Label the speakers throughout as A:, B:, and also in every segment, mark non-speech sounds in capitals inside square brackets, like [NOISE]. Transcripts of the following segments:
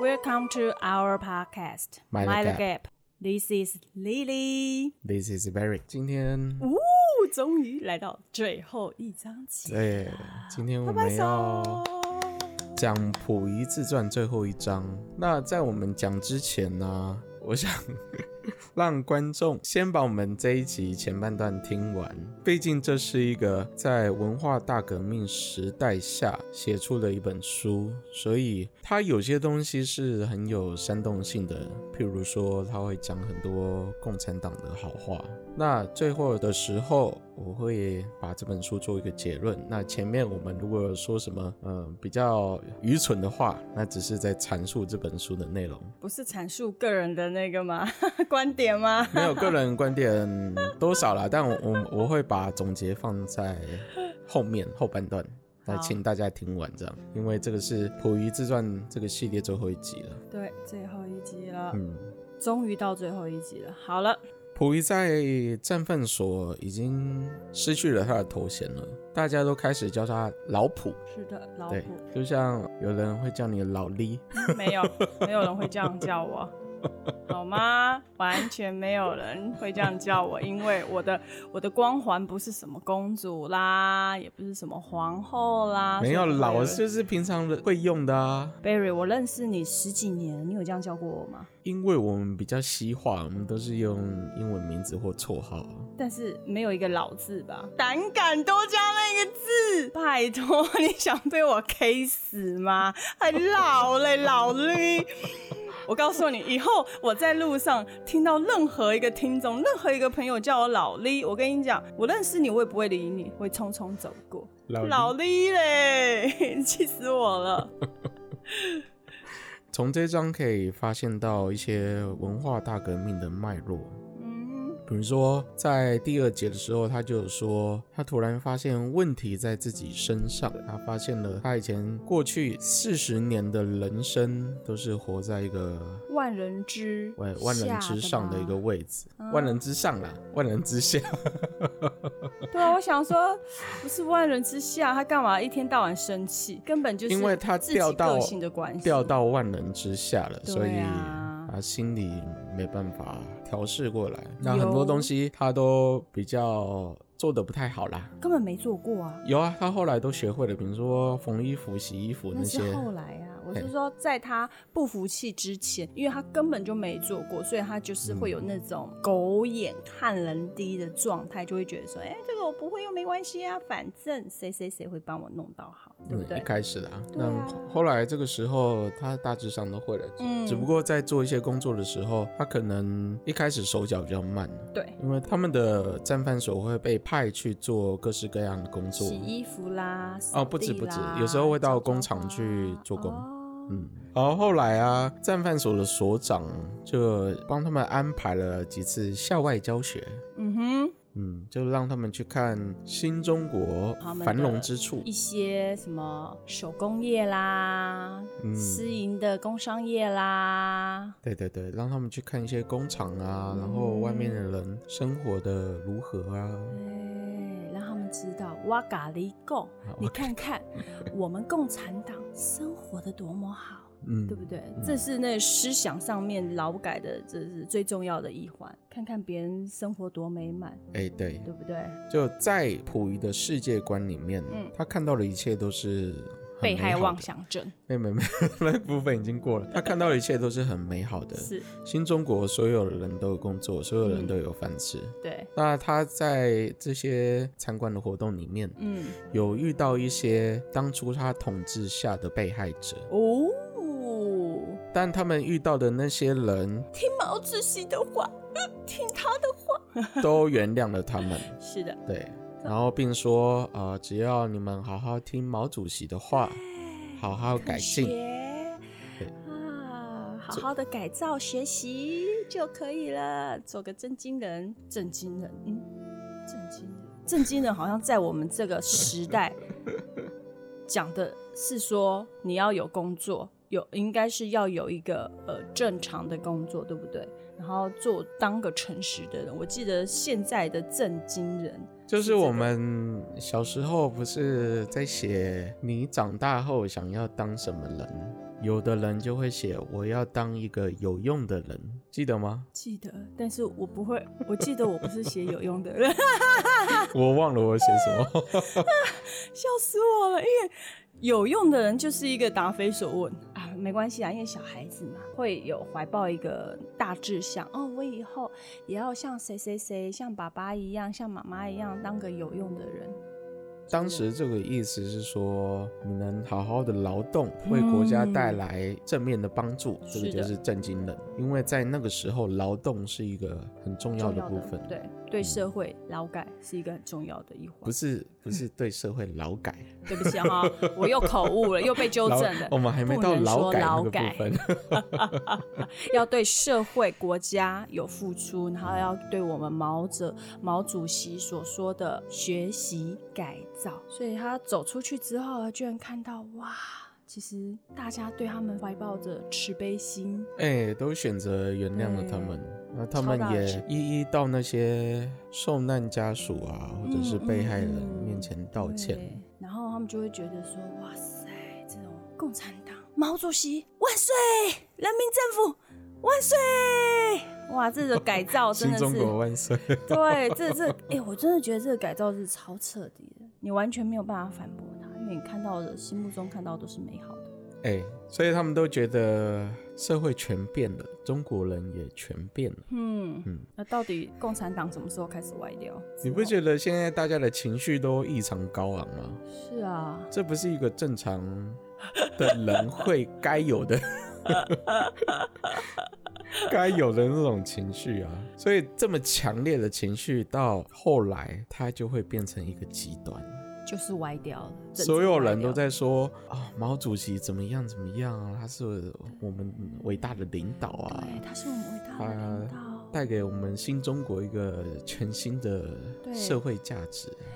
A: Welcome to our podcast
B: Mind
A: the
B: the Gap
A: Gap. This is Lily。
B: This is Eric。今天，
A: 呜，终于来到最后一章节，
B: 对，今天我
A: 拍
B: 们要
A: 手。
B: 讲《溥仪自传》最后一章。那在我们讲之前呢，我想让观众先把我们这一集前半段听完，毕竟这是一个在文化大革命时代下写出的一本书，所以它有些东西是很有煽动性的，譬如说他会讲很多共产党的好话。那最后的时候，我会把这本书做一个结论。那前面我们如果有说什么，嗯、比较愚蠢的话，那只是在阐述这本书的内容。
A: 不是阐述个人的那个吗？ [LAUGHS] 观点吗？
B: 没有个人观点多少啦，但我我我会把总结放在后面后半段，来
A: 好
B: 请大家听完这样，因为这个是《溥仪自传》这个系列最后一集了。
A: 对，最后一集了，
B: 嗯，
A: 终于到最后一集了。好了，
B: 溥仪在战犯所已经失去了他的头衔了，大家都开始叫他老溥。
A: 是的，老
B: 对
A: 虎，
B: 就像有人会叫你老李，
A: [LAUGHS] 没有，没有人会这样叫我，好吗？完全没有人会这样叫我，因为我的我的光环不是什么公主啦，也不是什么皇后啦，
B: 没有老
A: 是
B: 就是平常人会用的啊，
A: Barry，我认识你十几年，你有这样叫过我吗？
B: 因为我们比较西化，我们都是用英文名字或绰号啊。
A: 但是没有一个老字吧？胆敢多加了一个字，拜托，你想被我 K 死 [LAUGHS] 吗？还老嘞，老嘞！我告诉你，以后我在路上听到任何一个听众、任何一个朋友叫我老李，我跟你讲，我认识你，我也不会理你，我会匆匆走过。
B: 老李
A: 老李嘞， [LAUGHS] 气死我了！
B: 从这章可以发现到一些文化大革命的脉络，
A: 嗯，
B: 比如说在第二节的时候，他就有说，他突然发现问题在自己身上，他发现了他以前过去四十年的人生都是活在一个
A: 万人之
B: 万万人之上的一个
A: 下吗
B: 位置
A: 嗯，
B: 万人之上啦，万人之下，
A: 对啊，我想说，不是万人之下，他干嘛一天到晚生气？根本就是
B: 因为他
A: 自己
B: 掉到
A: 个性的关系，
B: 掉到万人之下了，所以
A: 对啊
B: 他心里没办法调试过来，那很多东西他都比较做的不太好啦。
A: 根本没做过啊。
B: 有啊，他后来都学会了，比如说缝衣服、洗衣服
A: 那
B: 些。
A: 是后来啊，我是
B: 嘿
A: 说，在他不服气之前，因为他根本就没做过，所以他就是
B: 嗯
A: 会有那种狗眼看人低的状态，就会觉得说，哎、这个我不会又没关系啊，反正谁谁谁会帮我弄到好，对不
B: 嗯，一
A: 对？
B: 开始啦，
A: 对
B: 那
A: 啊
B: 后来这个时候他大致上都会了，
A: 嗯
B: 只不过在做一些工作的时候，他可能一开始手脚比较慢，
A: 对，
B: 因为他们的战犯所会被派去做各式各样的工作
A: 洗，衣服啦，
B: 哦不止
A: 扫地
B: 不止
A: 啦
B: 有时候会到
A: 浇浇
B: 工厂
A: 花
B: 去做工
A: 啊哦
B: 嗯，然后后来啊，战犯所的所长就帮他们安排了几次校外教学，
A: 嗯哼。
B: 嗯，就让他们去看新中国
A: 他们的
B: 繁荣之处
A: 一，些什么手工业啦、
B: 嗯
A: 私营的工商业啦，
B: 对对对，让他们去看一些工厂啊，然后外面
A: 嗯
B: 的人生活的如何啊，
A: 哎，让他们知道哇咖喱够
B: 好，
A: 你看看我们共产党生活的多么好，
B: 嗯，
A: 对不对？这是那思想上面劳改的，这是最重要的一环。看看别人生活多美满，
B: 哎，对，
A: 对不对？
B: 就在溥仪的世界观里面，
A: 嗯
B: 他看到的一切都是很
A: 被害
B: 美好
A: 妄
B: 的，
A: 想症
B: 没没 [LAUGHS] 没，那部分已经过了，他看到的一切都是很美好的，
A: 是
B: 新中国所有人都有工作，所有人都有饭吃。
A: 对，
B: 那他在这些参观的活动里面，
A: 嗯，
B: 有遇到一些当初他统治下的被害者，
A: 哦，
B: 但他们遇到的那些人
A: 听毛主席的话，听他的话，
B: 都原谅了他
A: [LAUGHS]
B: 们，
A: 是的。
B: 对，然后并说，呃，只要你们好好听毛主席的话，好好改
A: 肯
B: 进，
A: 学
B: 对
A: 啊，好好的改造学习就可以了，做个正经人，正经人，嗯，正经人，正经人好像在我们这个时
B: [LAUGHS]
A: 代讲的是说你要有工作，有应该是要有一个呃正常的工作，对不对？然后做当个诚实的人。我记得现在的正经人，
B: 就是我们小时候不是在写你长大后想要当什么人，有的人就会写我要当一个有用的人，记得
A: [LAUGHS]
B: 吗？
A: 记得，但是我不会，我记得我不是写有用的人，
B: 我忘了我写什么。
A: 笑死我了，因为有用的人就是一个答非所问啊，没关系啊，因为小孩子嘛，会有怀抱一个大志向哦，我以后也要像谁谁谁，像爸爸一样，像妈妈一样，当个有用的人。
B: [LAUGHS] 当时这个意思是说，你能好好的劳动，为国家带来正面的帮助，这个
A: 是
B: 就
A: 的
B: 是正经人。因为在那个时候，劳动是一个很重要
A: 重
B: 的
A: 要
B: 部
A: 的
B: 分，嗯
A: 对对，社会劳改是一个很重要的一环。
B: 不是不是对社会劳改，
A: 对不起啊哈、我又口误了，又被纠
B: 劳
A: 正了。
B: [LAUGHS] 我们还没
A: 不
B: 到
A: 能
B: 劳
A: 说
B: 改那
A: 劳
B: 个
A: 改
B: 部分。
A: [LAUGHS] 要对社会、国家有付出，然后要对我们毛泽毛主席所说的学习改造。所以他走出去之后，啊居然看到哇，其实大家对他们怀抱着慈悲心，
B: 哎、都选择原谅了他们，那他们
A: 超大的智
B: 也一一到那些受难家属啊，或者是被害人
A: 嗯嗯嗯
B: 面前道歉。
A: 对然后他们就会觉得说，哇塞，这种共产党，毛主席万岁，人民政府万岁，哇，这个改造哦真
B: 新
A: 的
B: 中
A: 是。
B: 国万岁！
A: [LAUGHS] 对，这这，哎、我真的觉得这个改造是超彻底的，你完全没有办法反驳他，因为你看到的、心目中看到的都是美好的。
B: [LAUGHS] 哎、所以他们都觉得社会全变了，中国人也全变了。
A: 嗯
B: 嗯
A: 那到底共产党什么时候开始歪掉？
B: 你不觉得现在大家的情绪都异常高昂吗？
A: 是啊，
B: 这不是一个
A: [LAUGHS]
B: 正常的人会该有的，该有的那种情绪啊。所以这么强烈的情绪，到后来它就会变成一个极端。
A: 就是歪掉了，整
B: 所
A: 个
B: 有
A: 歪
B: 人都
A: 掉了。
B: 在说啊，毛主席怎么样怎么样啊，他是我们伟大的领导啊，
A: 对，他是我们伟大的领导。
B: 他带给我们新中国一个全新的
A: 对
B: 社会价值。
A: 哎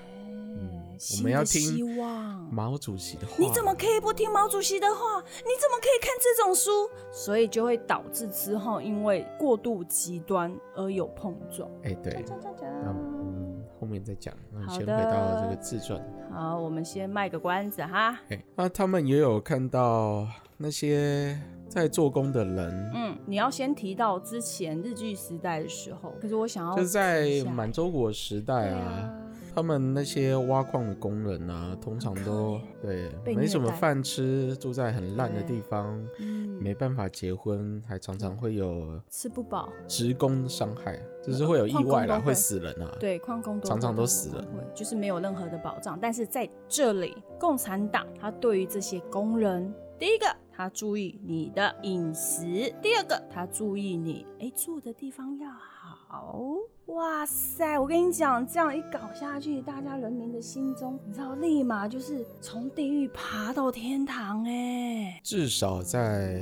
B: 嗯我
A: 新
B: 们要
A: 的
B: 听嗯
A: 希望。
B: 毛主席的话，
A: 你怎么可以不听毛主席的话？你怎么可以看这种书？所以就会导致之后因为过度极端而有碰撞。
B: 哎、对，
A: 锵锵锵
B: 那
A: 锵
B: 嗯，后面再讲。那我们
A: 好
B: 先回
A: 的
B: 到这个自传。
A: 好，我们先卖个关子哈。
B: 哎，那他们也有看到那些在做工的人，
A: 嗯，你要先提到之前日据时代的时候，可是我想要
B: 就是在满
A: 满
B: 洲国时代啊，他们那些挖矿的工人啊，通常都对
A: 被
B: 没
A: 虐
B: 什么
A: 待
B: 饭吃，住在很烂的
A: 对
B: 地方，
A: 嗯，
B: 没办法结婚，还常常会有
A: 吃不饱，
B: 职工伤害，就是会有意
A: 矿工
B: 外啦，
A: 都
B: 会
A: 会
B: 死人啊。
A: 对，矿工都
B: 常常都死
A: 了，就是没有任何的保障。但是在这里，共产党他对于这些工人，第一个他注意你的饮食，第二个他注意你哎住的地方要好。哇塞！我跟你讲，这样一搞下去，大家人民的心中，你知道，立马就是从地狱爬到天堂哎、
B: 至少在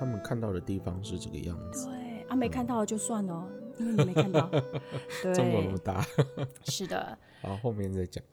B: 他们看到的地方是这个样子。
A: 对啊，没看到的就算了哦，因为你没看
B: [LAUGHS]
A: 到。
B: 中国那
A: 对
B: 么，大，
A: 是的， [LAUGHS]
B: 好，后面再讲。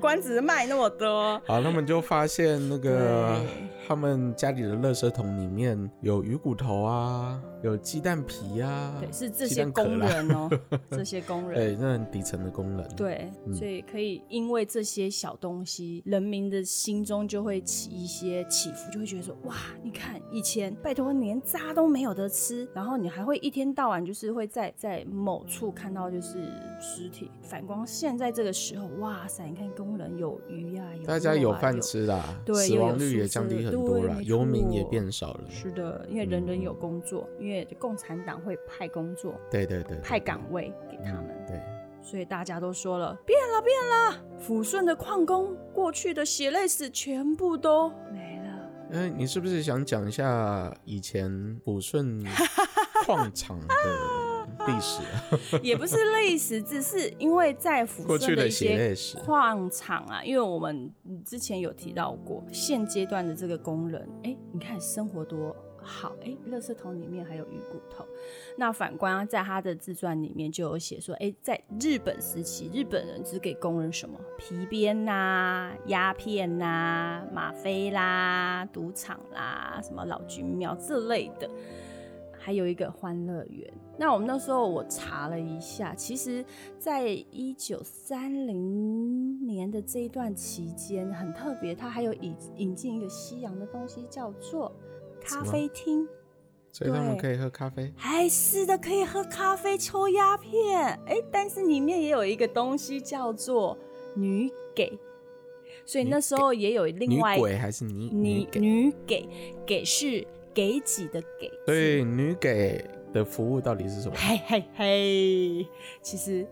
A: 关子卖那么多，
B: 好，他们就发现那个
A: 对
B: 他们家里的垃圾桶里面有鱼骨头啊，有鸡蛋皮啊，
A: 对，是这
B: 鸡
A: 些
B: 蛋壳
A: 工
B: 啦。
A: 人
B: [LAUGHS]
A: 哦，这些工
B: 哎、嗯
A: 人。
B: 那很底层的工人。，
A: 对，所以可以因为这些小东西，人民的心中就会起一些起伏，就会觉得说，哇，你看以前拜托连渣都没有得吃，然后你还会一天到晚就是会在在某处看到就是尸体，反光现在这个时候，哇塞，你看工人有鱼呀、有
B: 大家
A: 肉
B: 有
A: 啊
B: 饭。吃啦，
A: 对
B: 死
A: 又有
B: 亡率
A: 宿
B: 也降
A: 舍
B: 低很多啦，
A: 对没
B: 游民也
A: 错
B: 变少了。
A: 是的，因为人人有工作，因为共产党会派工作、
B: 对对对，
A: 派
B: 对嗯
A: 岗位给他们。
B: 对，
A: 所以大家都说了，变了，变了。抚顺的矿工过去的血泪史全部都没了。
B: 哎、你是不是想讲一下以前
A: [LAUGHS]
B: 抚顺矿场的历史啊？
A: 也不是历史，只是因为在抚
B: 过去
A: 顺
B: 的
A: 一些
B: 血泪史
A: 矿场啊，因为我们之前有提到过，现阶段的这个工人，哎、你看生活多。好，哎，垃圾桶里面还有鱼骨头。那反观啊在他的自传里面就有写说，哎，在日本时期，日本人只给工人什么皮鞭呐、鸦片呐、吗啡啦、赌场啦、什么老君庙这类的。还有一个欢乐园。那我们那时候我查了一下，其实，在一九三零年的这一段期间很特别，它还有引引进一个西洋的东西，叫做咖啡厅。
B: 所以他们可以喝咖啡。
A: 还是的，可以喝咖啡、抽鸦片。哎、但是里面也有一个东西叫做女给，所以那时候也有另
B: 女
A: 外
B: 鬼还是你
A: 女
B: 给？
A: 女给给是给己的给，
B: 所以女给的服务到底是什么？
A: 嘿嘿嘿，其实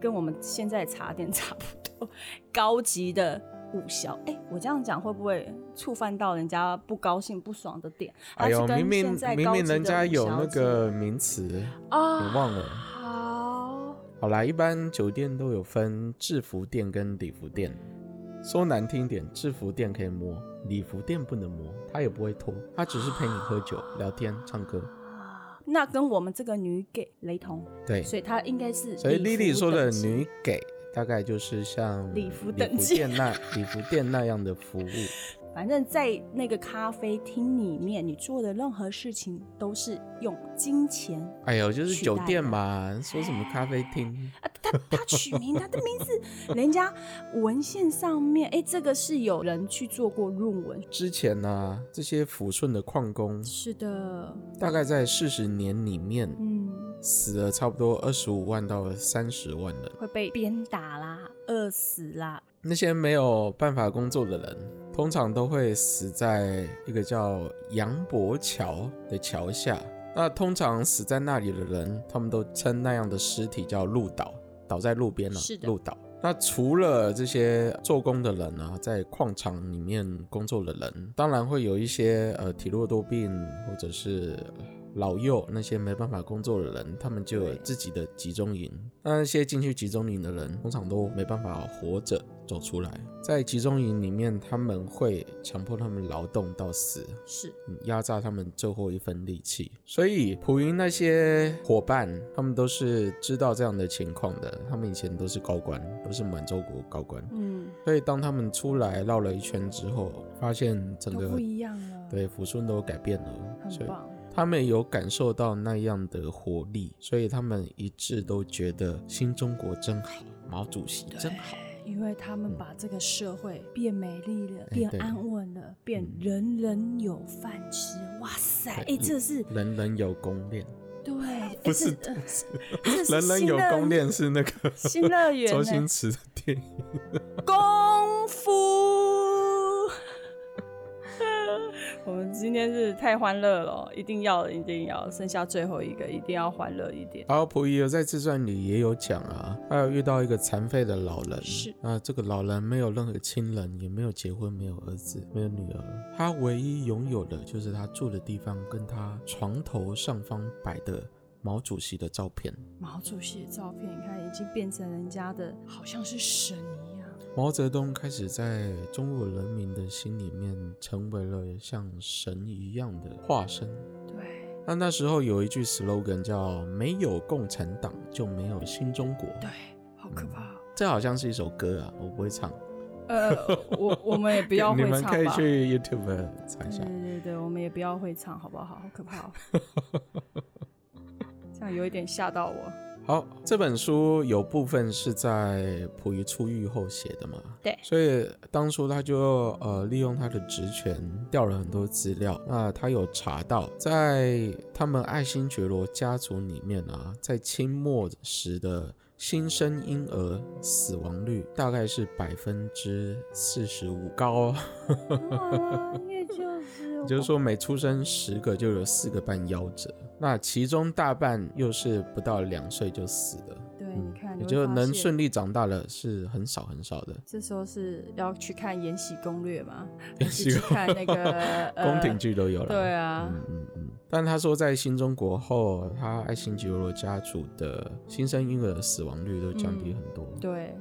A: 跟我们现在茶点差不多，高级的午宵。哎、我这样讲会不会触犯到人家不高兴、不爽的点？
B: 哎呦，
A: 它是
B: 明
A: 跟
B: 明
A: 现在
B: 明
A: 高
B: 明
A: 级
B: 人
A: 的
B: 家
A: 午
B: 有
A: 宵
B: 那
A: 街
B: 个名词。
A: 啊，
B: 我忘了
A: 好。
B: 好啦，一般酒店都有分制服店跟礼服店。说难听一点，制服店可以摸，礼服店不能摸，他也不会脱，他只是陪你喝酒、聊天、唱歌。
A: 那跟我们这个女给雷同，
B: 对，
A: 所以她应该是
B: 所以
A: 礼
B: 丽
A: 服
B: 丽说的
A: 等级
B: 女给，大概就是像
A: 礼服等级
B: 店那礼服店那样的服务。
A: 反正，在那个咖啡厅里面，你做的任何事情都是用金钱
B: 哎呦，就是
A: 取
B: 酒
A: 代
B: 店
A: 的
B: 嘛，说什么咖啡厅？
A: 啊，他他取名，他的名字，人家文献上面，哎、这个是有人去做过论文，
B: 之前呢、这些抚顺的矿工，
A: 是的，
B: 大概在四十年里面，
A: 嗯，
B: 死了差不多二十五万到三十万人。
A: 会被鞭打啦，饿死啦，
B: 那些没有办法工作的人，通常都会死在一个叫杨伯桥的桥下。那通常死在那里的人，他们都称那样的尸体叫鹿岛，倒在路边了、
A: 是的
B: 鹿岛。那除了这些做工的人啊，在矿场里面工作的人，当然会有一些呃体弱多病或者是老幼那些没办法工作的人，他们就有
A: 对
B: 自己的集中营。那那些进去集中营的人，通常都没办法活着走出来。在集中营里面，他们会强迫他们劳动到死，
A: 是
B: 压榨他们最后一分力气。所以普云那些伙伴，他们都是知道这样的情况的，他们以前都是高官，都是满洲国高官。
A: 嗯，
B: 所以当他们出来绕了一圈之后，发现整
A: 都
B: 个
A: 不一样了，，
B: 对抚顺都改变了，所
A: 很
B: 以
A: 棒，
B: 他们有感受到那样的活力，所以他们一致都觉得新中国真好，毛主席真好。嗯
A: 因为他们把这个社会变美丽了，
B: 哎
A: 变
B: 对
A: 安稳了，变
B: 嗯
A: 人人有饭吃，哇塞，哎、
B: 对
A: 这是
B: 人人有功练，
A: 对，哎
B: 不是
A: 这呃这是
B: 人人
A: 新
B: 有
A: 乐
B: 功练是那个
A: 新乐园
B: [LAUGHS] 周
A: 呢
B: 星驰的电影。
A: 功夫。 [LAUGHS] 我们今天是太欢乐了，一定要，一定要，剩下最后一个，一定要欢乐一点。
B: 然后溥仪有在自传里也有讲啊，他有遇到一个残废的老人，
A: 是
B: 啊，这个老人没有任何亲人，也没有结婚，没有儿子，没有女儿，他唯一拥有的就是他住的地方跟他床头上方摆的毛主席的照片。
A: 毛主席的照片，你看已经变成人家的，好像是神一样。
B: 毛泽东开始在中国人民的心里面成为了像神一样的化身。
A: 对
B: 那那时候有一句 slogan 叫“没有共产党就没有新中国
A: 对，好可怕哦。”，
B: 这好像是一首歌啊，我不会唱。
A: 呃， [LAUGHS] 我我们也不要会
B: 你们
A: 唱吧。嗯
B: 可以去 YouTube 查一下
A: 对。对对，我们也不要会唱，好不好？好可怕、哦，
B: [LAUGHS]
A: 这样有一点吓到我。
B: 好，这本书有部分是在溥仪出狱后写的嘛？
A: 对
B: 所以当初他就呃利用他的职权调了很多资料。那他有查到，在他们爱新觉罗家族里面啊，在清末时的新生婴儿死亡率大概是百分之四十五高、 [LAUGHS] 哦。
A: 啊，因为就是
B: 就是说每出生十个就有四个半夭折，那其中大半又是不到两岁就死的，
A: 对，
B: 嗯
A: 你看，
B: 也
A: 你会
B: 就是
A: 发
B: 能
A: 现
B: 顺利长大的是很少很少的。
A: 这时候是要去看《延禧攻略》
B: [LAUGHS]
A: 吗？
B: 延
A: 还
B: 禧
A: 是去
B: 攻
A: 看那
B: [LAUGHS]
A: 个
B: 宫廷
A: 呃
B: 剧都有了，
A: 对啊
B: 嗯嗯嗯。但他说在新中国后，他爱新觉罗家族的新生婴儿死亡率都降低很多。
A: 嗯对，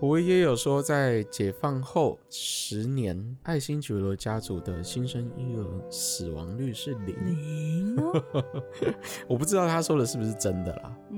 B: 溥仪也有说，在解放后十年，爱新觉罗家族的新生婴儿死亡率是零。
A: 零哦，
B: 我不知道他说的是不是真的啦。
A: [LAUGHS]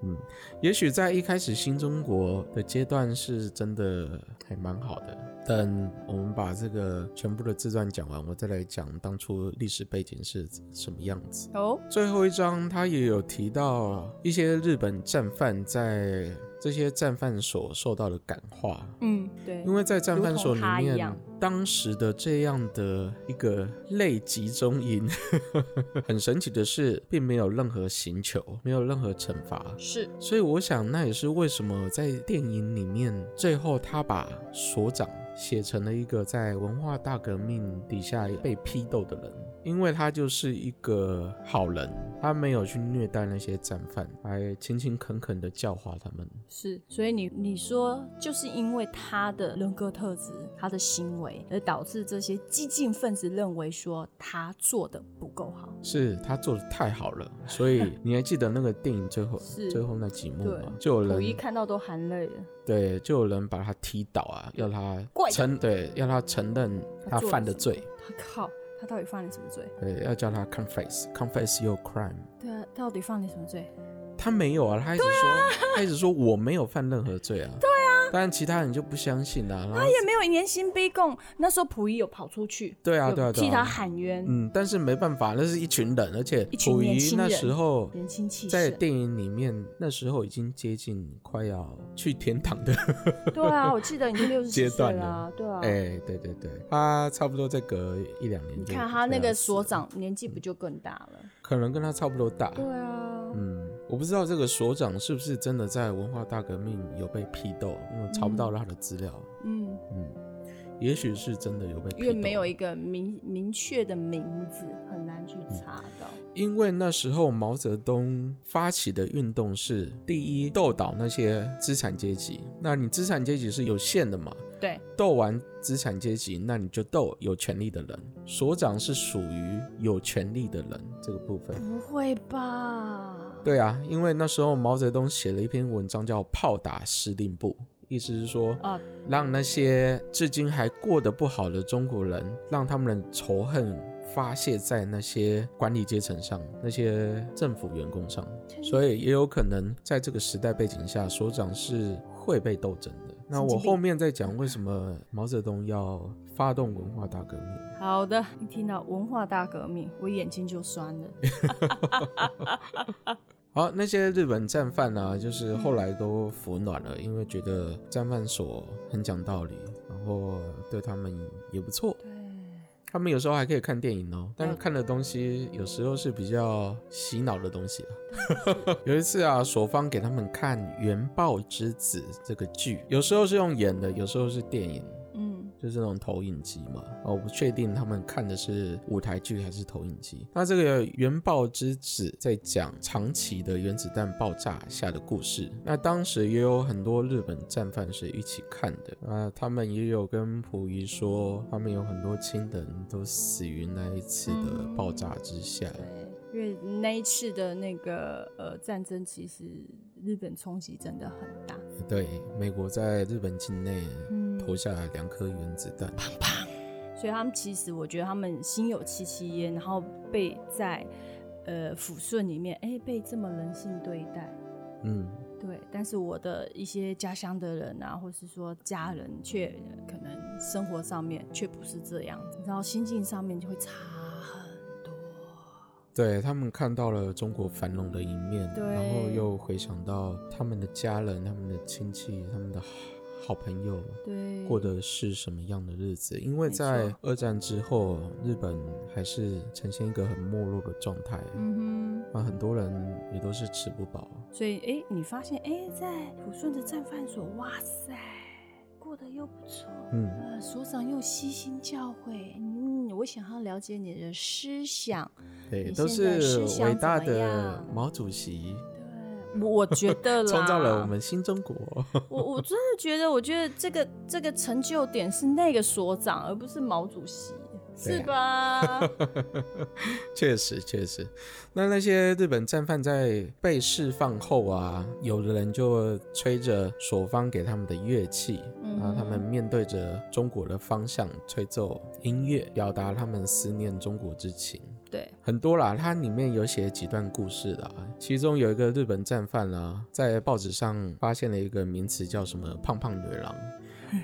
A: 嗯，
B: 也许在一开始新中国的阶段是真的还蛮好的，等我们把这个全部的自传讲完，我再来讲当初历史背景是什么样子。
A: 哦，
B: 最后一章他也有提到一些日本战犯在这些战犯所受到的感化，
A: 嗯，对
B: 因，为在战犯所里
A: 如同他一
B: 面
A: 样，
B: 当时的这样的一个类集中营， [LAUGHS] 很神奇的是，并没有任何刑求，没有任何惩罚。
A: 是
B: 所以我想，那也是为什么在电影里面最后他把所长写成了一个在文化大革命底下被批斗的人，因为他就是一个好人，他没有去虐待那些战犯，还勤勤恳恳的教化他们。
A: 是，所以你你说，就是因为他的人格特质、他的行为，而导致这些激进分子认为说他做的不够好。
B: 是他做的太好了，所以你还记得那个电影最后
A: 是
B: 最后那几幕
A: 对
B: 吗？就有
A: 溥仪
B: 人
A: 看到都含泪了，
B: 对，就有人把他踢倒啊，要他
A: 怪
B: 承对，要他承认
A: 他
B: 他
A: 做了
B: 犯
A: 什
B: 的
A: 么
B: 罪，
A: 他靠，他到底犯了什么罪？
B: 对，呃要叫他 confess，confess your crime。
A: 对啊，到底犯了什么罪？
B: 他没有啊，他一直说，他一直说我没有犯任何罪啊。对啊，但其他人就不相信啊。然后
A: 也没有严刑逼供。那时候溥仪有跑出去，
B: 对啊，
A: 有
B: 对啊，对啊。
A: 替他喊冤，
B: 嗯，但是没办法，那是一群人，而且
A: 一群
B: 溥
A: 年
B: 仪
A: 轻
B: 那
A: 人
B: 时候
A: 人心气
B: 在
A: 盛。
B: 电影里面，那时候已经接近快要去天堂
A: [LAUGHS]
B: 的
A: 对啊，我记得已经六十
B: 阶
A: 几岁
B: 段
A: 了
B: 了
A: 啊，对啊。
B: 哎、对对对，他差不多再隔一两年
A: 你
B: 就，
A: 看他那
B: 就要
A: 个
B: 死
A: 所
B: 了，
A: 长年纪不就更大了？
B: 可能跟他差不多大。
A: 对啊，
B: 嗯，我不知道这个所长是不是真的在文化大革命有被批斗，因为我查不到他的资料。
A: 嗯，
B: 嗯，也许是真的有被批斗，
A: 因为没有一个明明确的名字，很难去
B: 嗯
A: 查到。
B: 因为那时候毛泽东发起的运动是第一斗倒那些资产阶级，那你资产阶级是有限的嘛，
A: 对，
B: 斗完资产阶级，那你就斗有权利的人。所长是属于有权利的人这个部分。
A: 不会吧？
B: 对啊，因为那时候毛泽东写了一篇文章叫《炮打司令部》，意思是说，
A: 啊，
B: 让那些至今还过得不好的中国人，让他们的仇恨发泄在那些管理阶层上、那些政府员工上，所以也有可能在这个时代背景下，所长是会被斗争的。那我后面再讲为什么毛泽东要发动文化大革命。
A: 好的，一听到文化大革命，我眼睛就酸
B: [LAUGHS]
A: 了。
B: 好，那些日本战犯啊，就是后来都服软了，因为觉得战犯所很讲道理，然后对他们也不错。
A: 对，
B: 他们有时候还可以看电影哦，但看的东西有时候是比较洗脑的东西啦。 [LAUGHS] 有一次啊，所方给他们看《原爆之子》这个剧，有时候是用演的，有时候是电影，
A: 嗯，
B: 就是那种投影机嘛。哦，我不确定他们看的是舞台剧还是投影机。那这个《原爆之子》在讲长崎的原子弹爆炸下的故事。那当时也有很多日本战犯是一起看的。那他们也有跟溥仪说，他们有很多亲人都死于那一次的爆炸之下。
A: 对，因为那一次的那个呃战争，其实日本冲击真的很大。
B: 对，美国在日本境内
A: 嗯
B: 投下了两颗原子弹。
A: 所以他们其实，我觉得他们心有戚戚焉，然后被在呃抚顺里面，哎、被这么人性对待。
B: 嗯，
A: 对，但是我的一些家乡的人啊，或是说家人，却呃可能生活上面却不是这样子，然后心境上面就会差很多。
B: 对他们看到了中国繁荣的一面，
A: 对
B: 然后又回想到他们的家人、他们的亲戚、他们的好好朋友
A: 对，
B: 过的是什么样的日子。因为
A: 没错
B: 在二战之后，日本还是呈现一个很没落的状态，
A: 嗯
B: 那很多人也都是吃不饱。
A: 哼，所以哎、你发现哎、在抚顺的战犯所，哇塞，过得又不错，
B: 嗯，
A: 呃，所长又悉心教诲，嗯，我想要了解你的思想，
B: 对，
A: 你
B: 都
A: 现在
B: 是
A: 是想
B: 伟大
A: 怎么
B: 的
A: 样
B: 毛主
A: 对，
B: 席
A: 啊我我觉得啦，
B: 创造了我们新中国。
A: 我我真的觉得，我觉得这个这个成就点是那个所长，而不是毛主席，
B: 对啊
A: 是吧？
B: [LAUGHS] 确实，确实。那那些日本战犯在被释放后啊，有的人就吹着所方给他们的乐器，
A: 嗯
B: 然后他们面对着中国的方向吹奏音乐，表达他们思念中国之情。
A: 对，
B: 很多啦，它里面有写几段故事的、啊，其中有一啊个日本战犯啦、在报纸上发现了一个名词叫什么“胖胖女郎”，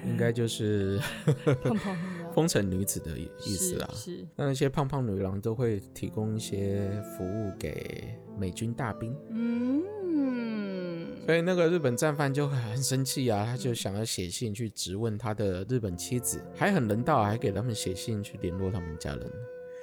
B: 应该就是 [LAUGHS]
A: 碰碰碰的
B: 风尘女子的意意思啊啦。
A: 是是，
B: 那那些胖胖女郎都会提供一些服务给美军大兵，
A: 嗯，
B: 所以那个日本战犯就很生气啊，他就想要写信去质问他的日本妻子，还很人道啊，还给他们写信去联络他们家人。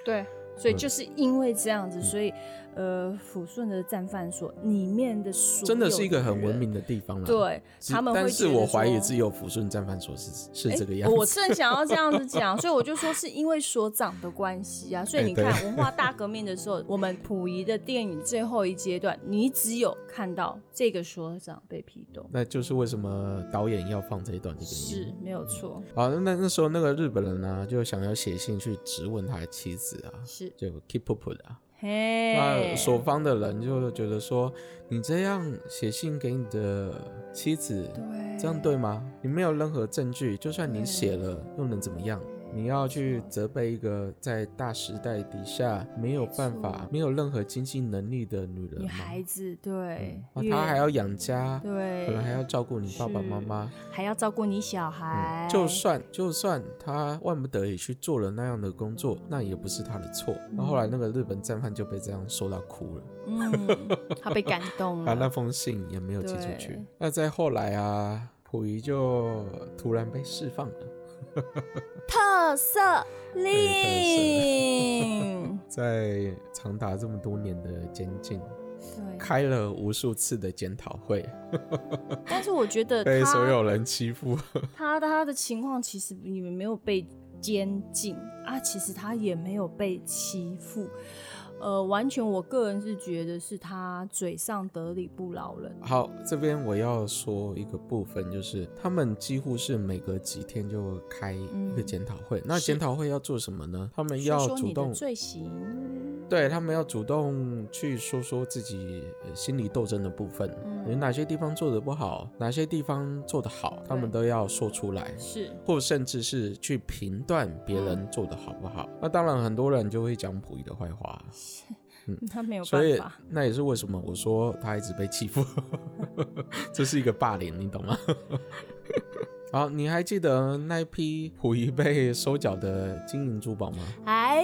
A: 对，所
B: 嗯
A: 以就是因为这样子，所以呃，抚顺的战犯所里面的所
B: 真
A: 的
B: 的是一个很文
A: 人，
B: 明的地方啦。
A: 对
B: 只，
A: 他们会
B: 但是
A: 觉得
B: 我怀疑
A: 说
B: 只有抚顺战犯所是是
A: 诶
B: 这个样子。
A: 我正想要这样
B: [LAUGHS]
A: 子讲，所以我就说是因为所长的关系啊。所以
B: 诶
A: 你看
B: 哎 [LAUGHS] 对
A: 文化大革命的时候，我们溥仪的电影最后一阶段，你只有看到这个所长被批斗，
B: 那就是为什么导演要放这一段这个音
A: 是没有错，
B: 好，那那时候那个日本人呢、啊就想要写信去质问他的妻子啊，
A: 是
B: 就 keep up 的、啊。
A: 嘿哎
B: 那，所方的人就觉得说，你这样写信给你的妻子，
A: 对
B: 这样对吗？你没有任何证据，就算你
A: 对
B: 写了，又能怎么样？你要去责备一个在大时代底下没有办法
A: 错、
B: 没有任何经济能力的女人
A: 女
B: 吗？
A: 孩子对，
B: 啊，
A: 越
B: 她还要养家，
A: 对，
B: [LAUGHS] 可能还要照顾你爸爸妈
A: 是
B: 妈，嗯
A: 还要照顾你小孩，
B: 就算就算他万不得已去做了那样的工作，那也不是他的错。那后来那个日本战犯就被这样说到哭了，
A: 嗯，他被感动
B: [LAUGHS] 他那
A: 了，
B: 封信也没有寄出去
A: 嗯对。
B: 那再后来啊，溥仪就突然被释放了。
A: 特色
B: 对 [LAUGHS]
A: 令，
B: 在长达这么多年的监禁，
A: 嗯对，
B: 开了无数次的检讨会，
A: 但是我觉得
B: 被
A: 呃他
B: 所有人欺负。 [LAUGHS]
A: 他他的情况其实你们没有被监禁啊，其实他也没有被欺负，呃，完全我个人是觉得是他嘴上得理不饶人，
B: 好，这边我要说一个部分，就是他们几乎是每隔几天就开一个
A: 嗯
B: 检讨会。那
A: 是
B: 检讨会要做什么呢？他们
A: 说
B: 要
A: 说
B: 主
A: 你的
B: 动，
A: 罪行，
B: 对他们要主动去说说自己呃心理斗争的部分，
A: 嗯
B: 有、哪些地方做得不好，哪些地方做得好，他们
A: 对
B: 都要说出来。
A: 是
B: 或甚至是去评断别
A: 嗯
B: 人做得好不好，那当然很多人就会讲溥仪的坏话，
A: 他没有
B: 嗯所
A: 办
B: 以
A: 法，
B: 那也是为什么我说他一直被欺负， [LAUGHS] 这是一个霸凌，你懂吗？ [LAUGHS] 好，你还记得那一批溥仪被收缴的金银珠宝吗？
A: 哎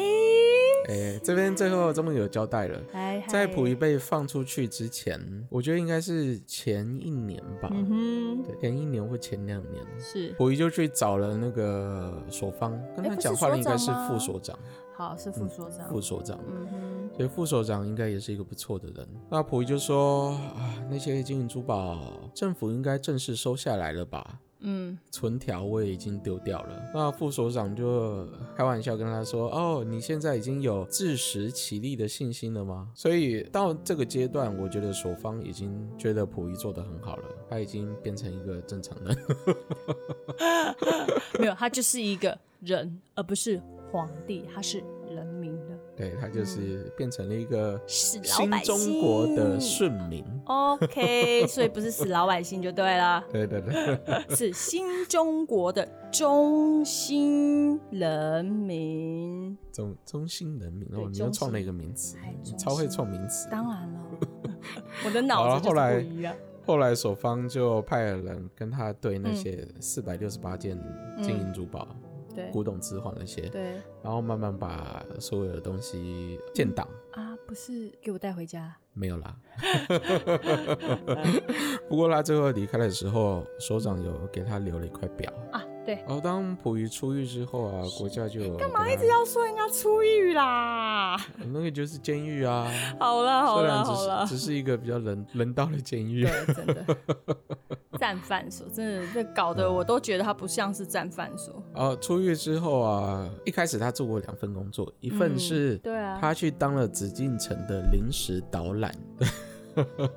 B: 哎、这边最后终于有交代了。
A: 哎，
B: 在溥仪
A: 哎，
B: 被放出去之前，我觉得应该是前一年吧，
A: 嗯哼，
B: 对，前一年或前两年，
A: 是
B: 溥仪就去找了那个所方，跟
A: 哎
B: 他
A: 不是
B: 讲话的应该是
A: 所长吗
B: 副所长，
A: 好是
B: 嗯
A: 副所长，
B: 副所长，
A: 嗯哼，
B: 所以副首长应该也是一个不错的人。那溥仪就说啊，那些金银珠宝，政府应该正式收下来了吧？
A: 嗯，
B: 存条我也已经丢掉了。那副首长就开玩笑跟他说：“哦，你现在已经有自食其力的信心了吗？”所以到这个阶段，我觉得所方已经觉得溥仪做得很好了，他已经变成一个正常人。 [LAUGHS]
A: 没有，他就是一个人，而不是皇帝，他是人民的，
B: 对他
A: 嗯
B: 就是变成了一个
A: 是老
B: 新
A: 百姓，
B: 中国的顺民。
A: OK，所
B: [LAUGHS]
A: 以不是死老百姓就对了，
B: 对对对， [LAUGHS]
A: 是新中国的中心人民。
B: 中中心人民，
A: 对
B: 哦，你
A: 中
B: 又
A: 心
B: 创了一个名词
A: 哎，
B: 你
A: 中
B: 超会
A: 心
B: 创名词。
A: 当然了， [LAUGHS] 我的
B: 好
A: 脑
B: 了
A: 子就
B: 后来
A: 是不一样。
B: 后来守方就派了人跟他对那些四百六十八件金银珠宝、
A: 嗯对
B: 古董置换那些，
A: 对
B: 然后慢慢把所有的东西建档。
A: 啊，不是给我带回家。
B: 没有啦，
A: [LAUGHS]
B: 不过他最后离开的时候，首长有给他留了一块表。
A: 啊，对，
B: 然后当溥仪出狱之后啊，国家就干嘛一
A: 不要说人家出狱啦。 [LAUGHS]
B: 那个就是监狱啊，
A: 好了好
B: 虽
A: 了
B: 然只
A: 好了
B: 是只，是一个比较人人道的监狱。
A: 对，真的 [LAUGHS] 战犯所，真的这搞得我都觉得他不像是战犯所。
B: 哦，出狱之后啊，一开始他做过两份工作，一份
A: 嗯
B: 是
A: 对啊
B: 他去当了紫禁城的临时导览， [LAUGHS]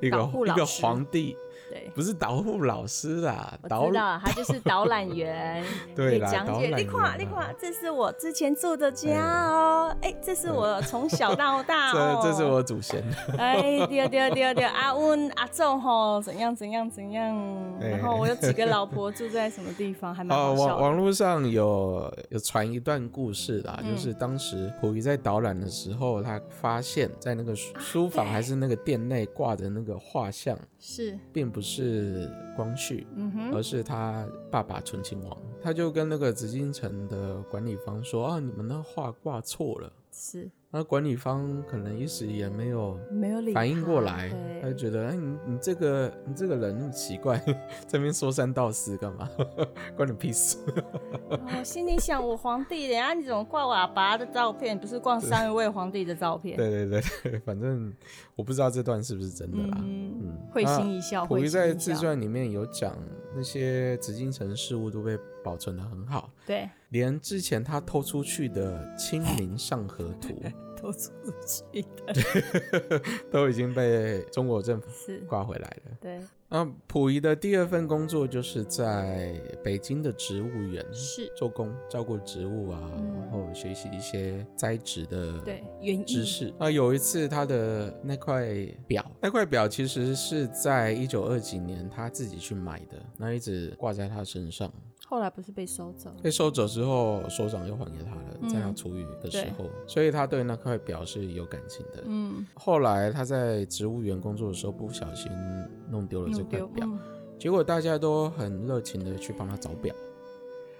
B: 一
A: 导
B: 个
A: 护
B: 一
A: 老
B: 个
A: 师
B: 皇帝，
A: 对，
B: 不是导护老师啦，
A: 我
B: 导，
A: 知道他就是导览员
B: [LAUGHS] 对
A: 可
B: 啦
A: 以讲
B: 导
A: 解。
B: 览
A: 你
B: 员啊
A: 看，你
B: 啦
A: 看，这是我之前住的家哦，哎，这是我从小到大哦
B: [LAUGHS] 这，这是。我
A: [LAUGHS]
B: 祖先，
A: 哎，对对对对，阿温阿仲吼，怎样怎样怎样，
B: 哎
A: 然后我有几个老婆住在什么地方，还蛮
B: 哦，
A: 好
B: 网
A: 笑的。
B: 网络上有有传一段故事啦，就
A: 嗯
B: 是当时溥仪在导览的时候，他发现在那个书书房还是那个殿内挂着那个画像，
A: 是
B: 并不是是光绪，
A: 嗯哼，
B: 而是他爸爸醇亲王。他就跟那个紫禁城的管理方说：“啊，你们那画挂错了。
A: 是”
B: 那管理方可能一时也没有
A: 没有理
B: 反应过
A: 他
B: 来，他就
A: 对
B: 觉得：“哎，你你这个你这个人那么奇怪， [LAUGHS] 这边说三道四干嘛？ [LAUGHS] 关你屁事！”
A: 我哦心里想，我皇帝，人家你怎么挂瓦拔的照片，不是挂上一位皇帝的照片？
B: [LAUGHS] 对对对，反正我不知道这段是不是真的啦。
A: 嗯，
B: 嗯，
A: 会
B: 那
A: 心一笑，
B: 溥
A: 会
B: 仪
A: 心
B: 在
A: 一
B: 自
A: 笑。
B: 传里面有讲，那些紫禁城事务都被保存的很好，
A: 对，
B: 连之前他偷出去的《清明上河
A: [LAUGHS]
B: 图
A: 都出去的，》
B: 都已经被中国政府
A: 是，
B: 挂回来了。
A: 对，
B: 那啊溥仪的第二份工作就是在北京的植物园
A: 是，
B: 做工，照顾植物啊，
A: 嗯
B: 然后学习一些栽植的
A: 对，嗯原
B: 知
A: 意，
B: 识。啊，有一次他的那块表，那块表其实是在一九二几年他自己去买的，那一直挂在他身上。
A: 后来不是被收走？
B: 被收走之后，首长又还给他
A: 嗯
B: 了，在他出狱的时候，所以他对那块表是有感情的。
A: 嗯，
B: 后来他在植物园工作的时候，不小心弄丢了这
A: 弄
B: 块
A: 丢，
B: 表，
A: 嗯，
B: 结果大家都很热情的去帮他找表。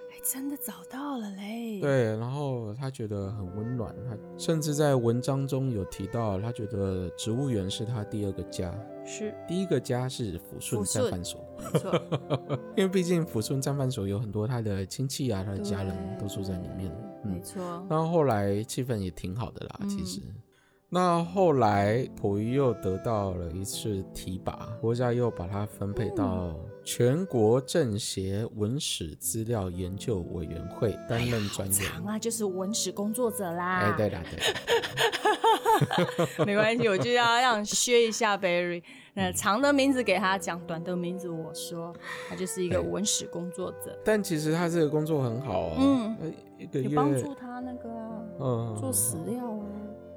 A: 还真的找到了嘞。，
B: 对，然后他觉得很温暖，他甚至在文章中有提到，他觉得植物园是他第二个家， [LAUGHS]
A: 是
B: 第一个家是抚顺
A: 抚顺
B: 战犯所，
A: 没错，
B: 因为毕竟抚顺战犯所有很多他的亲戚啊，他的
A: 对
B: 家人都住在里面。
A: 没
B: 嗯，
A: 错。
B: 然后后来气氛也挺好的啦，
A: 嗯
B: 其实。那后来溥仪又得到了一次提拔，国家又把他分配到
A: 嗯
B: 全国政协文史资料研究委员会
A: 哎
B: 担任专员。
A: 长啊，就是文史工作者啦。
B: 哎，对啦，对啦，
A: [LAUGHS] 没关系，我就要让削一下 Barry。那
B: 嗯
A: 长的名字给他讲，短的名字我说，他就是一个
B: 对
A: 文史工作者，
B: 但其实他这个工作很好哦，
A: 嗯
B: 呃，一个
A: 有
B: 月，
A: 帮助他那个啊
B: 嗯，
A: 做史料啊。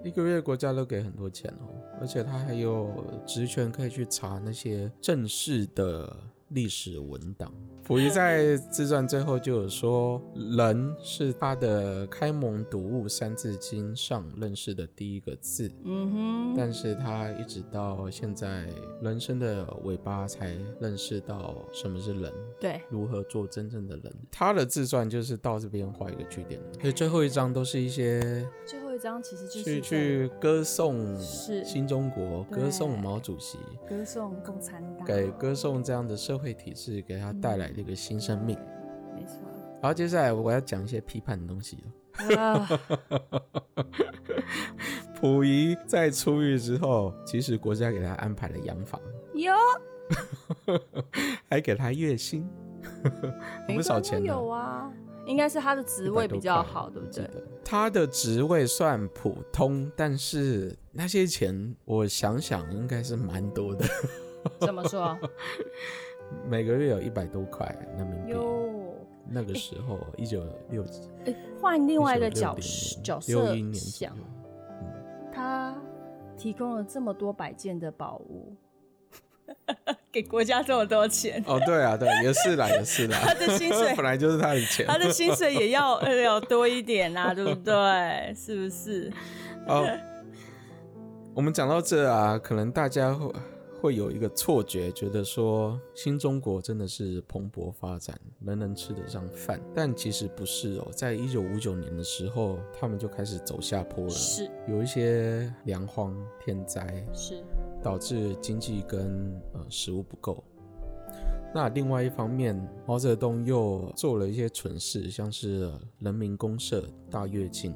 B: 一个月国家都给很多钱哦，而且他还有职权可以去查那些正式的历史文档。溥仪在自传最后就有说，人是他的开蒙读物《三字经》上认识的第一个字，
A: 嗯哼，
B: 但是他一直到现在人生的尾巴才认识到什么是人。
A: 对，
B: 如何做真正的人？他的自传就是到这边画一个句点，所以最后一章都是一些
A: 最后一张其实就
B: 去
A: 是
B: 去歌颂
A: 是
B: 新中国，
A: 对
B: 歌颂毛主席，
A: 在歌颂共产党，
B: 给歌颂这样的社会体制，给他带来这个新生命。
A: 嗯没错。
B: 然后接下来我要讲一些批判的东西了。 [LAUGHS]
A: 啊，
B: 溥仪在出狱之后，其实国家给他安排了洋房，
A: 有
B: 还给他
A: [LAUGHS]
B: 月薪，很不少钱
A: 每个人都有
B: 呢、
A: 啊，应该是他的职位比较好，对
B: 100多
A: 不
B: 块
A: 对？？
B: 我记得他的职位算普通，但是那些钱，我想想应该是蛮多的， [LAUGHS]
A: 怎么说？
B: 每个月有一百多块人民币。
A: 哟，
B: 那个时候，一九六
A: 哎，换另外一个角角
B: 角
A: 色
B: 一年左
A: 想
B: 右，
A: 他提供了这么多百件的宝物， [LAUGHS] 给国家这么多钱，
B: 哦，对啊，对，也是啦，也是啦，
A: [LAUGHS] 他的薪水
B: 本来就是他的钱。
A: 他的薪水也 [LAUGHS] 要呃要多一点啊，对不对？是不是？
B: 哦，我们讲到这啊，可能大家会会有一个错觉，觉得说新中国真的是蓬勃发展，人人吃得上饭，但其实不是哦。在一九五九年的时候，他们就开始走下坡了，
A: 是
B: 有一些粮荒、天灾，
A: 是，
B: 导致经济跟呃食物不够。那另外一方面，毛泽东又做了一些蠢事，像是呃人民公社、大跃进。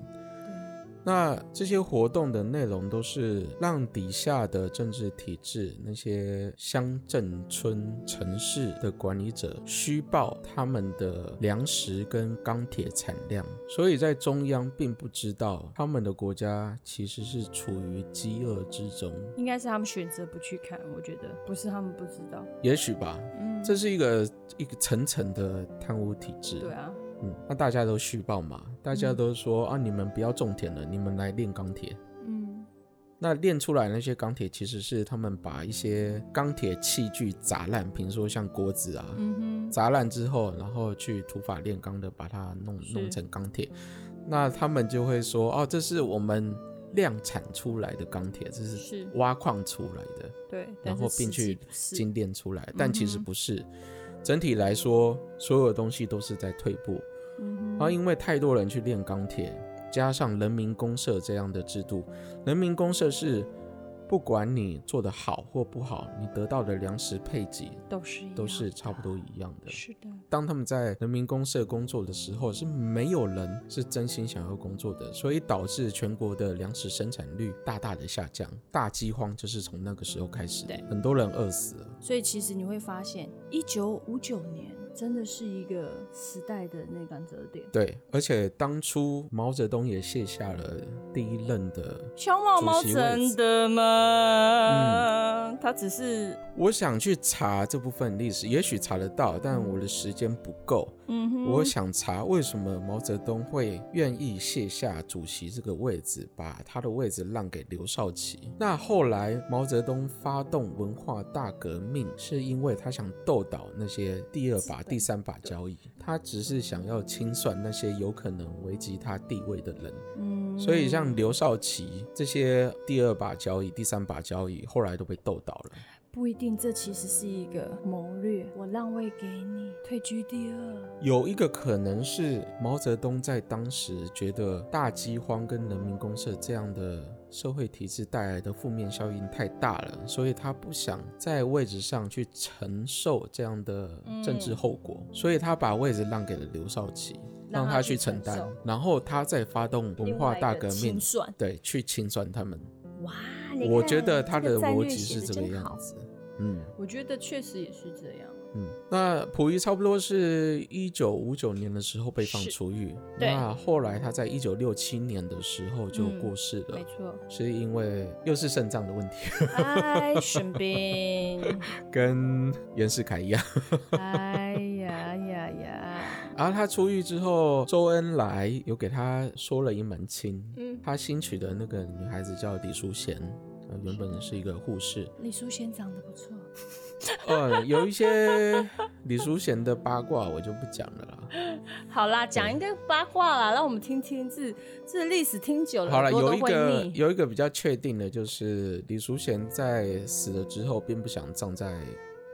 B: 那这些活动的内容都是让底下的政治体制、那些乡镇、村、城市的管理者虚报他们的粮食跟钢铁产量，所以在中央并不知道他们的国家其实是处于饥饿之中。
A: 应该是他们选择不去看，我觉得不是他们不知道，
B: 也许吧，
A: 嗯，
B: 这是一个一个层层的贪污体制。
A: 对，啊，
B: 嗯，那大家都虚报嘛，大家都说、啊，你们不要种田了，你们来炼钢铁。
A: 嗯，
B: 那炼出来那些钢铁，其实是他们把一些钢铁器具砸烂，比如说像锅子啊，
A: 嗯哼，
B: 砸烂之后，然后去土法炼钢的把它弄
A: 是
B: 弄成钢铁。那他们就会说，哦，这是我们量产出来的钢铁，这是
A: 是
B: 挖矿出来的，
A: 对，但
B: 然
A: 是
B: 后
A: 实
B: 并
A: 际
B: 去
A: 不是
B: 精炼出来，但其实
A: 嗯哼
B: 不是。整体来说，所有的东西都是在退步。
A: 嗯
B: 然后
A: 哼，
B: 因为太多人去炼钢铁，加上人民公社这样的制度，人民公社是不管你做的好或不好，你得到的粮食配给
A: 都是一
B: 都是
A: 样
B: 差不
A: 的
B: 多一样的。
A: 是的，
B: 当他们在人民公社工作的时候，是没有人是真心想要工作的，所以导致全国的粮食生产率大大的下降，大饥荒就是从那个时候开始的
A: 对，
B: 很多人饿死了。
A: 所以其实你会发现，一九五九年真的是一个时代的那转折点。
B: 对，而且当初毛泽东也卸下了第一任的
A: 熊猫猫
B: 主席位置嗯
A: 真的吗？他只是，
B: 我想去查这部分历史，也许查得到，但我的时间不够。
A: 嗯哼，
B: 我想查为什么毛泽东会愿意卸下主席这个位置，把他的位置让给刘少奇。那后来毛泽东发动文化大革命，是因为他想斗倒那些第二把、
A: 资本
B: 第三把交椅，他只是想要清算那些有可能危及他地位的人。
A: 嗯，
B: 所以像刘少奇这些第二把交椅、第三把交椅，后来都被斗倒了。
A: 不一定，这其实是一个谋略，我让位给你，退居第二。
B: 有一个可能是毛泽东在当时觉得大饥荒跟人民公社这样的社会体制带来的负面效应太大了，所以他不想在位置上去承受这样的政
A: 嗯
B: 治后果，所以他把位置让给了刘少奇，
A: 让
B: 让
A: 他
B: 他
A: 去
B: 去承
A: 承
B: 担
A: 受，
B: 然后他再发动文化大革
A: 另外一个
B: 命
A: 清，算，
B: 对，去清算他们。
A: 哇，你
B: 我
A: 看
B: 觉得他
A: 这
B: 的
A: 个战
B: 逻
A: 略
B: 辑
A: 写
B: 是
A: 得
B: 这个
A: 真
B: 样
A: 好。
B: 子，嗯。
A: 我觉得确实也是这样。
B: 嗯，那溥仪差不多是一九五九年的时候被放
A: 是
B: 出狱，
A: 对嗯
B: 那后来他在一九六七年的时候就过世了，
A: 没错，
B: 是因为又是肾脏的问题， [LAUGHS]
A: 哎，生病，
B: 跟袁世凯一样。 [LAUGHS]
A: 哎呀呀呀，
B: 然后他出狱之后，周恩来有给他说了一门亲，
A: 嗯
B: 他新娶的那个女孩子叫李淑贤。呃原本是一个
A: [LAUGHS]
B: 护士，
A: 李淑贤长得不错，
B: 呃，有一些李淑贤的八卦我就不讲了啦。
A: 好啦，讲一个八卦啦，让我们听听这这历史听久了，
B: 好
A: 耳
B: 了，
A: 朵
B: 有
A: 都
B: 一
A: 会
B: 个
A: 腻
B: 有一个比较确定的就是李淑贤在死了之后，并不想葬在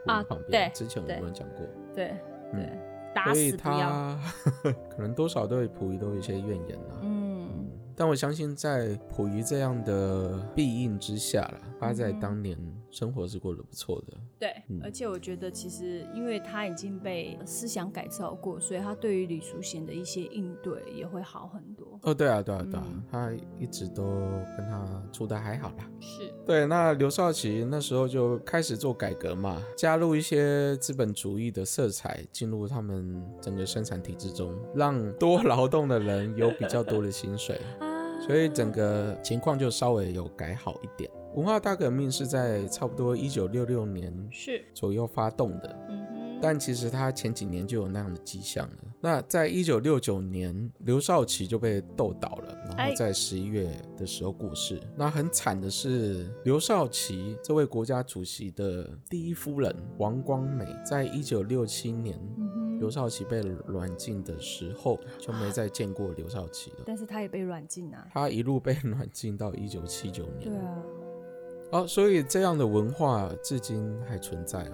B: 溥
A: 啊
B: 仪旁边。
A: 对
B: 之前我
A: 对
B: 们有讲过，
A: 对
B: 嗯
A: 对，打
B: 所以
A: 死不要，
B: 他 [LAUGHS] 可能多少对溥仪都有一些怨言啊。
A: 嗯，
B: 但我相信，在溥仪这样的庇应之下啦，他在
A: 嗯哼
B: 当年生活是过得不错的。
A: 对
B: 嗯，
A: 而且我觉得其实因为他已经被思想改造过，所以他对于李淑贤的一些应对也会好很多。
B: 哦，对啊，对啊，对啊，
A: 嗯
B: 他一直都跟他处的还好啦。
A: 是，
B: 对，那刘少奇那时候就开始做改革嘛，加入一些资本主义的色彩进入他们整个生产体制中，让多劳动的人有比较多的薪水，
A: 啊，
B: 所以整个情况就稍微有改好一点。文化大革命是在差不多一九六六年
A: 是，
B: 左右发动的，
A: 嗯哼，
B: 但其实他前几年就有那样的迹象了。那在一九六九年，刘少奇就被斗倒了，然
A: 哎
B: 后在十一月的时候过世。那很惨的是，刘少奇这位国家主席的第一夫人王光美，在一九六七年。
A: 嗯哼，
B: 刘少奇被软禁的时候，就没再见过刘少奇了。 [LAUGHS]
A: 但是他也被软禁啊，
B: 他一路被 [LAUGHS] 软禁到一九七九年。
A: 对啊。
B: 哦，所以这样的文化至今还存在哦。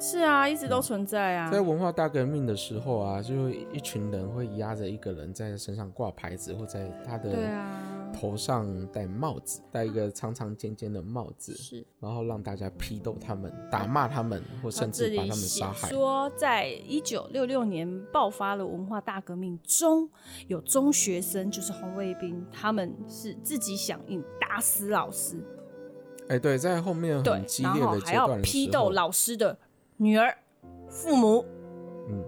A: 是啊，一直都存在啊。
B: 在文化大革命的时候啊，就一群人会压着一个人在身上挂牌子，或在他
A: 对
B: 的
A: 啊，
B: 头上戴帽子，戴一个长长尖尖的帽子，
A: 是。
B: 然后让大家批斗他们、打骂他们，或甚
A: 这
B: 至把
A: 里
B: 他们
A: 哦写
B: 杀害。
A: 说，在一九六六年爆发了文化大革命中，有中学生就是红卫兵，他们是自己响应打死老师，
B: 哎，对，在后面
A: 对
B: 很，激
A: 然
B: 烈
A: 后
B: 的
A: 还
B: 阶
A: 要
B: 段的
A: 批
B: 时
A: 斗
B: 候，
A: 老师的女儿、父母。
B: 嗯，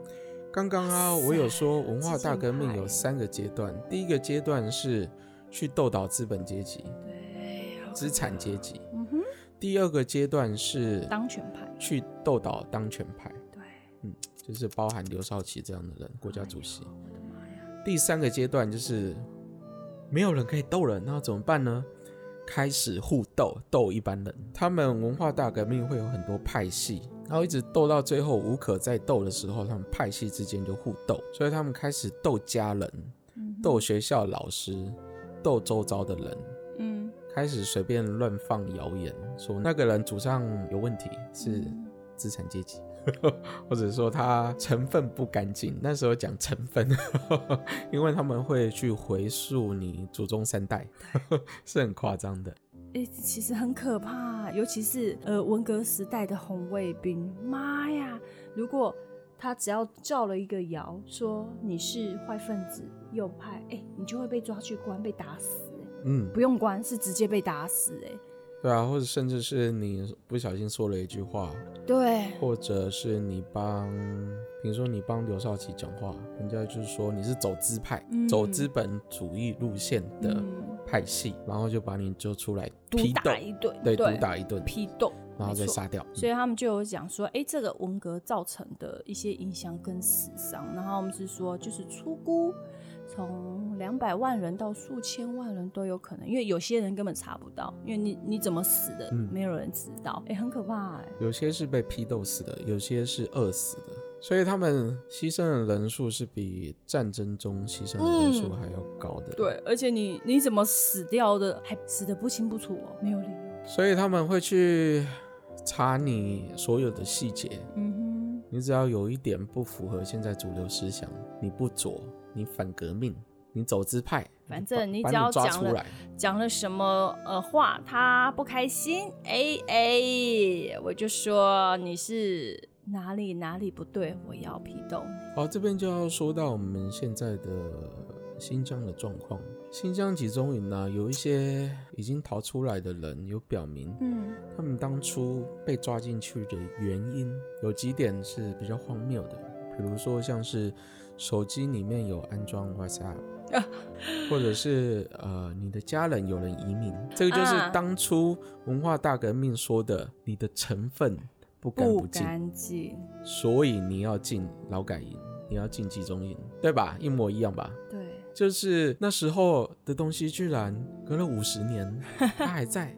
B: 刚刚啊，
A: 哇塞
B: 我有说文化大革
A: 激
B: 命
A: 进
B: 有
A: 派
B: 三个阶段，第一个阶段是去斗倒资本阶级、
A: 对，
B: 资产阶级；
A: 嗯哼，
B: 第二个阶段是
A: 当权派，
B: 去斗倒当权派。
A: 对，
B: 就是包含刘少奇这样的人，国家主席
A: 哎。呦我的妈呀，
B: 第三个阶段就是没有人可以斗人，那怎么办呢？开始互斗，斗一般人。他们文化大革命会有很多派系，然后一直斗到最后无可再斗的时候，他们派系之间就互斗，所以他们开始斗家人、
A: 嗯哼
B: 斗学校老师、斗周遭的人。
A: 嗯
B: 开始随便乱放谣言，说那个人祖上有问题，是
A: 嗯
B: 资产阶级，或者说他成分不干净。那时候讲成分， [LAUGHS] 因为他们会去回溯你祖宗三代，是很夸张的。
A: 诶、其实很可怕，尤其是呃文革时代的红卫兵，妈呀！如果他只要造了一个谣，说你是坏分子、右派，诶、你就会被抓去关，被打死、诶
B: 嗯，
A: 不用关，是直接被打死、欸诶
B: 对啊，或者甚至是你不小心说了一句话，
A: 对，
B: 或者是你帮，比如说你帮刘少奇讲话，人家就是说你是走资派、
A: 嗯
B: 走资本主义路线的
A: 嗯
B: 派系，然后就把你揪出来
A: 毒
B: 批斗
A: 打，一顿，
B: 对，毒打一顿，
A: 批斗，
B: 然后
A: 没
B: 再
A: 错
B: 杀掉。
A: 所以他们就有讲说，诶，这个文革造成的一些影响跟死伤，然后我们是说，就是出估从两百万人到数千万人都有可能，因为有些人根本查不到，因为你你怎么死的，
B: 嗯
A: 没有人知道，诶，很可怕、欸诶。
B: 有些是被批斗死的，有些是饿死的，所以他们牺牲的人数是比战争中牺牲的人数
A: 嗯
B: 还要高的。，
A: 对，而且你你怎么死掉的，还死的不清不楚哦，没有理由。
B: 所以他们会去查你所有的细节，
A: 嗯
B: 你只要有一点不符合现在主流思想，你不左，你反革命，你走资派，
A: 反正你
B: 把
A: 只要
B: 抓
A: 讲
B: 出
A: 了
B: 来，
A: 哼，讲了什么呃话，他不开心，诶诶，我就说你是哪里哪里不对，我要批斗你。
B: 好，这边就要说到我们现在的新疆的状况。新疆集中营呢、有一些已经逃出来的人有表明，
A: 嗯
B: 他们当初被抓进去的原因有几点是比较荒谬的，比如说像是手机里面有安装
A: [LAUGHS]
B: WhatsApp，或者是呃你的家人有人移民，这个就是
A: 啊
B: 当初文化大革命说的你的成分不干
A: 不
B: 不净，
A: 干净，
B: 所以你要进劳改营，你要进集中营，对吧？一模一样吧？
A: 对，
B: 就是那时候的东西，居然隔了五十年，它还
A: [LAUGHS]
B: 在，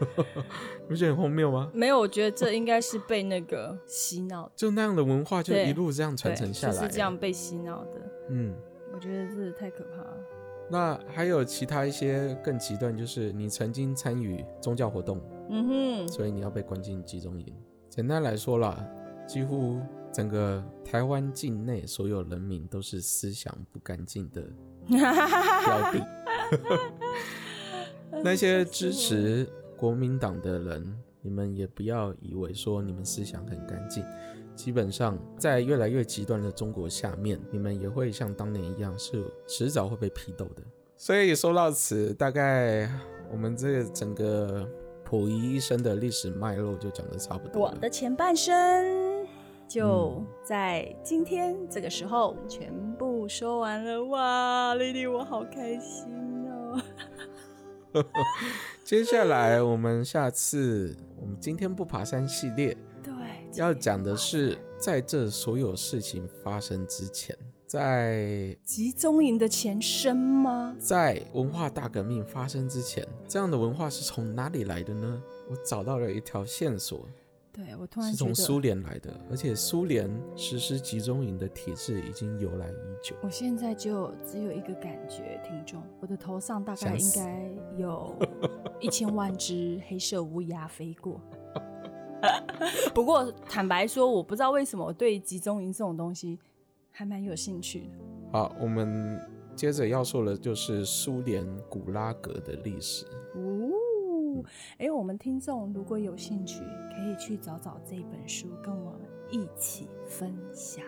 B: 你不觉得很荒谬吗？
A: 没有，我觉得这应该是被那个洗脑的，
B: 就那样的文化就
A: 对
B: 一路这样传
A: 对，
B: 承下来，
A: 就是这样。被洗脑的。
B: 嗯，
A: 我觉得这太可怕了。
B: 那还有其他一些更极端，就是你曾经参与宗教活动，
A: 嗯哼，
B: 所以你要被关进集中营。简单来说啦，几乎整个台湾境内所有人民都是思想不干净的标的。 [LAUGHS] 那些支持国民党的人，你们也不要以为说你们思想很干净。基本上，在越来越极端的中国下面，你们也会像当年一样，是迟早会被批斗的。所以说到此，大概我们这个整个溥仪一生的历史脉络就讲的差不多
A: [LAUGHS] 我
B: 了。
A: 的前半生就
B: 嗯
A: 在今天这个时候全部说完了。哇，丽丽，我好开心哦。
B: 接下来，我们下次我们今天不爬山系列，
A: 对，
B: 要讲的是，在这所有事情发生之前，在
A: 集中营的前身吗？
B: 在文化大革命发生之前，这样的文化是从哪里来的呢？我找到了一条线索，
A: 对，我突然
B: 是
A: 觉
B: 从
A: 得
B: 苏，联来的，而且苏联实施集中营的体制已经由来已久。
A: 我现在就只有一个感觉，听众，我的头上大概
B: 想
A: 应
B: 死
A: 该 [LAUGHS] 有一千万只黑色乌鸦飞 [LAUGHS] 过。不过坦白说，我不知道为什么我对集中营这种东西还蛮有兴趣的。
B: 好，我们接着要说的就是苏联古拉格的历史。
A: 哦，哎，我们听众如果有兴趣，可以去找找这本书，跟我们一起分享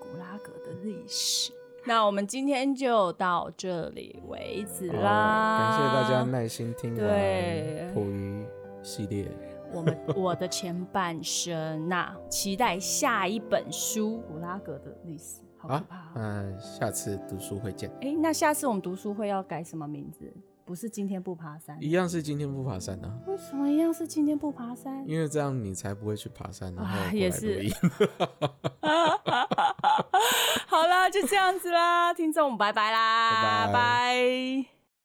A: 古拉格的历史。那我们今天就到这里为止
B: 好
A: 啦，
B: 感谢大家耐心听
A: 对
B: 完溥仪系列。
A: 我们 [LAUGHS] 我的前半生呐、期待下一本书古拉格的历史，好可
B: 好
A: 怕、，哦！
B: 那下次读书会见。
A: 哎、那下次我们读书会要改什么名字？不是今天不爬山，
B: 一样是今天不爬山啊，
A: 为什么一样是今天不爬山？ [LAUGHS]
B: 因为这样你才不会去爬山，然后
A: 啊
B: 过来
A: 也是
B: 录音
A: 好啦，就这样子啦，听众，拜拜啦，
B: 拜拜
A: 拜